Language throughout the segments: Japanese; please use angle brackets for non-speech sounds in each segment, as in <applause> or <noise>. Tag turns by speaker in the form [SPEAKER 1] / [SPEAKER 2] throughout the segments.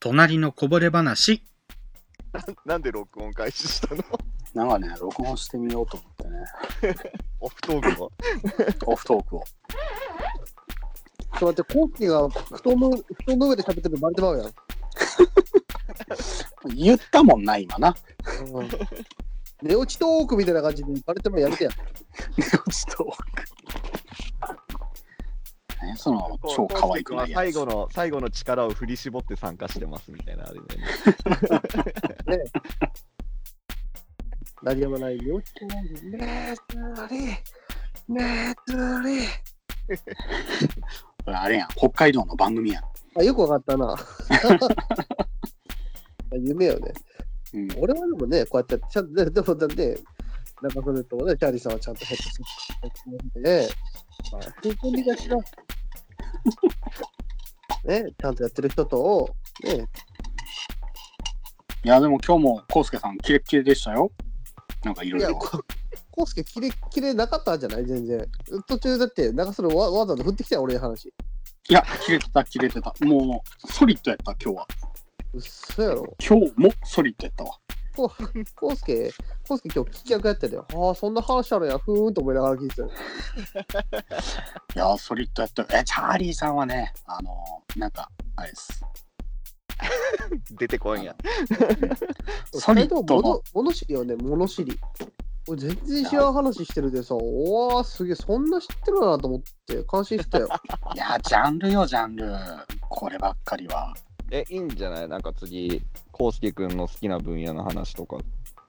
[SPEAKER 1] 隣のこぼれ話。
[SPEAKER 2] なんで録音開始したの
[SPEAKER 3] なんかね、録音してみようと思ってね、
[SPEAKER 2] <laughs>
[SPEAKER 3] <laughs>
[SPEAKER 2] オフトークを。
[SPEAKER 3] オフトークを。
[SPEAKER 4] そうやってコウキが布団の布団の上で喋ってるのバレてまうやん。
[SPEAKER 3] 言ったもんな、今な。 <laughs>
[SPEAKER 4] 寝落ちトークみたいな感じでバレてもやめてやん。
[SPEAKER 3] 寝落ちトーク。ね、その、超可愛くないや
[SPEAKER 2] 最
[SPEAKER 3] つ。
[SPEAKER 2] 後の、最後の力を振り絞って参加してますみたいなあれだよね。
[SPEAKER 4] 何やもない寝落ちトーク。ねえ、つり。ねえ、つり。
[SPEAKER 3] これあれやん、北海道の番組やん。
[SPEAKER 4] あ、よくわかったな。夢よね。
[SPEAKER 3] うん、
[SPEAKER 4] 俺はでもね、こうやってちゃんと、でもだって、中曽根とね、チャーリーさんはちゃんとヘッドセットで、まあ、食い込みがちな。ね、ちゃんとやってる人と、ね、
[SPEAKER 3] いや、でも今日も、コウスケさん、キレッキレでしたよ。なんかいろ
[SPEAKER 4] い
[SPEAKER 3] い <laughs>
[SPEAKER 4] や、
[SPEAKER 3] ろ。
[SPEAKER 4] こコースケキレキレなかったんじゃない全然。途中だって、中曽根わわざわざ振ってきたよ、俺の話。
[SPEAKER 3] いや、キレてた、キレてた。もう、ソリッドやった、今日は。
[SPEAKER 4] うっそやろ。
[SPEAKER 3] 今日もソリッドやったわ。
[SPEAKER 4] コースケ、コースケ今日聞き役やってたよ。ああ、そんな話あるんや、ふーんと思いながら聞いてたよ。
[SPEAKER 3] いやー、ソリッドやったよ。え、チャーリーさんはね、あのー、なんか、あれです。
[SPEAKER 2] 出てこいんや。
[SPEAKER 3] ソリッド
[SPEAKER 4] 二人とも
[SPEAKER 3] の
[SPEAKER 4] 物物知りよね、物知り。俺全然知らん話してるでさ、おわー、すげえ、そんな知ってるなと思って、感心してたよ。 <laughs>
[SPEAKER 3] いやー、ジャンルよ、ジャンル。こればっかりは。
[SPEAKER 2] <laughs> え、いいんじゃないなんか次、コウスケ君の好きな分野の話とか。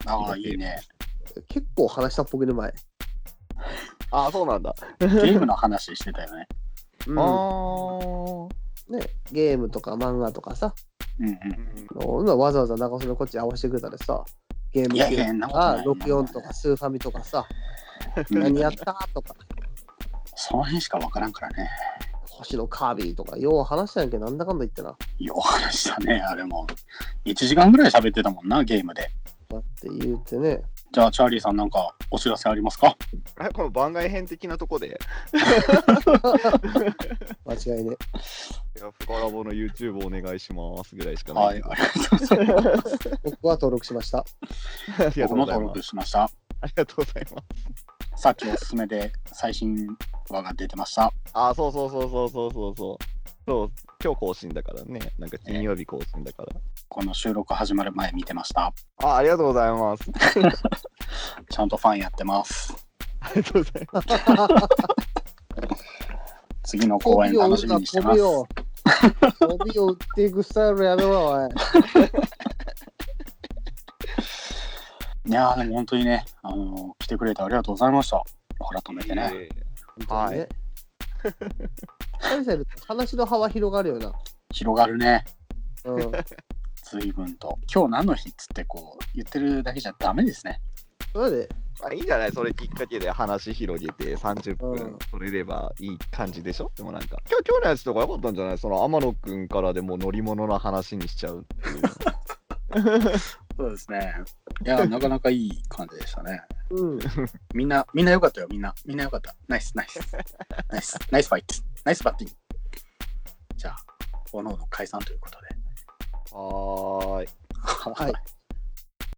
[SPEAKER 3] ああ、いいね。
[SPEAKER 4] 結構話したっぽくね、前。
[SPEAKER 2] ああ、そうなんだ。
[SPEAKER 3] ゲームの話してたよね。
[SPEAKER 4] う
[SPEAKER 2] あ
[SPEAKER 4] ん
[SPEAKER 2] ー。
[SPEAKER 4] ね、ゲームとか漫画とかさ、
[SPEAKER 3] う
[SPEAKER 2] <laughs>
[SPEAKER 3] んうん。
[SPEAKER 4] そんなわざわざ中曽根こっち合わせてくれたでさ、ゲーム
[SPEAKER 3] い
[SPEAKER 4] キュ
[SPEAKER 3] や
[SPEAKER 4] ー
[SPEAKER 3] い
[SPEAKER 4] ブ
[SPEAKER 3] や、そんな
[SPEAKER 4] と
[SPEAKER 3] ことな
[SPEAKER 4] か
[SPEAKER 3] い、
[SPEAKER 4] 64とか、スーファミとかさ、
[SPEAKER 3] うん
[SPEAKER 4] 何やったとか、
[SPEAKER 3] その辺しか分からんからね。
[SPEAKER 4] 星のカービィとか、よう話したんやけど、なんだかんだ言ってな。
[SPEAKER 3] よう話したね、あれも。1時間ぐらい喋ってたもんな、ゲームで。
[SPEAKER 4] だって言うてね、
[SPEAKER 3] じゃあ、チャーリーさん、なんかお知らせありますか
[SPEAKER 2] あれこの番外編的なとこで、
[SPEAKER 4] 間違いね。
[SPEAKER 2] いや、フカラボの YouTube お願いしますぐらいしかない。
[SPEAKER 3] はい、ありがとうございます。
[SPEAKER 4] 僕は登録しまし
[SPEAKER 2] <laughs>
[SPEAKER 4] た。
[SPEAKER 2] ありがと
[SPEAKER 3] 僕
[SPEAKER 2] うご
[SPEAKER 3] も
[SPEAKER 2] ざいます。
[SPEAKER 3] 登録しました。
[SPEAKER 2] ありがとうございます。
[SPEAKER 3] さっきおすすめで最新話が出てました。
[SPEAKER 2] あー、そうそうそうそうそうそうそう。そう、今日更新だからね。なんか金曜日更新だから。
[SPEAKER 3] この収録始まる前見てました。
[SPEAKER 2] あー、ありがとうございます。
[SPEAKER 3] ちゃんとファンやってます。
[SPEAKER 2] ありがとうございます。
[SPEAKER 3] 次の公演楽しみにしてます。
[SPEAKER 4] を飛びを打っていくスタイルやめろ、おい。
[SPEAKER 3] いやー、でも本当にね、あのー来てくれてありがとうございました。改めてね。
[SPEAKER 2] はい
[SPEAKER 4] 本当にね。はい、話の幅広がるよな。
[SPEAKER 3] 広がるね、 <laughs>
[SPEAKER 4] うん。
[SPEAKER 3] 随分と。今日何の日っつってこう、言ってるだけじゃダメですね。
[SPEAKER 4] それで、
[SPEAKER 2] あいいんじゃないそれきっかけで話広げて30
[SPEAKER 4] う
[SPEAKER 2] 分
[SPEAKER 4] ん
[SPEAKER 2] 取れればいい感じでしょでもなんか今日今日のやつとか良かったんじゃないその天野くんからでも乗り物の話にしちゃうっていうの
[SPEAKER 4] <laughs>
[SPEAKER 3] そうですね。いやー、なかなかいい感じでしたね。
[SPEAKER 4] うん。
[SPEAKER 3] みんな、みんな良かったよ、みんな。みんな良かった。ナイス、ナイス。ナイス、ナイスファイト。ナイスバッティング。じゃあ、おのおの解散ということで。
[SPEAKER 2] はーい
[SPEAKER 3] はい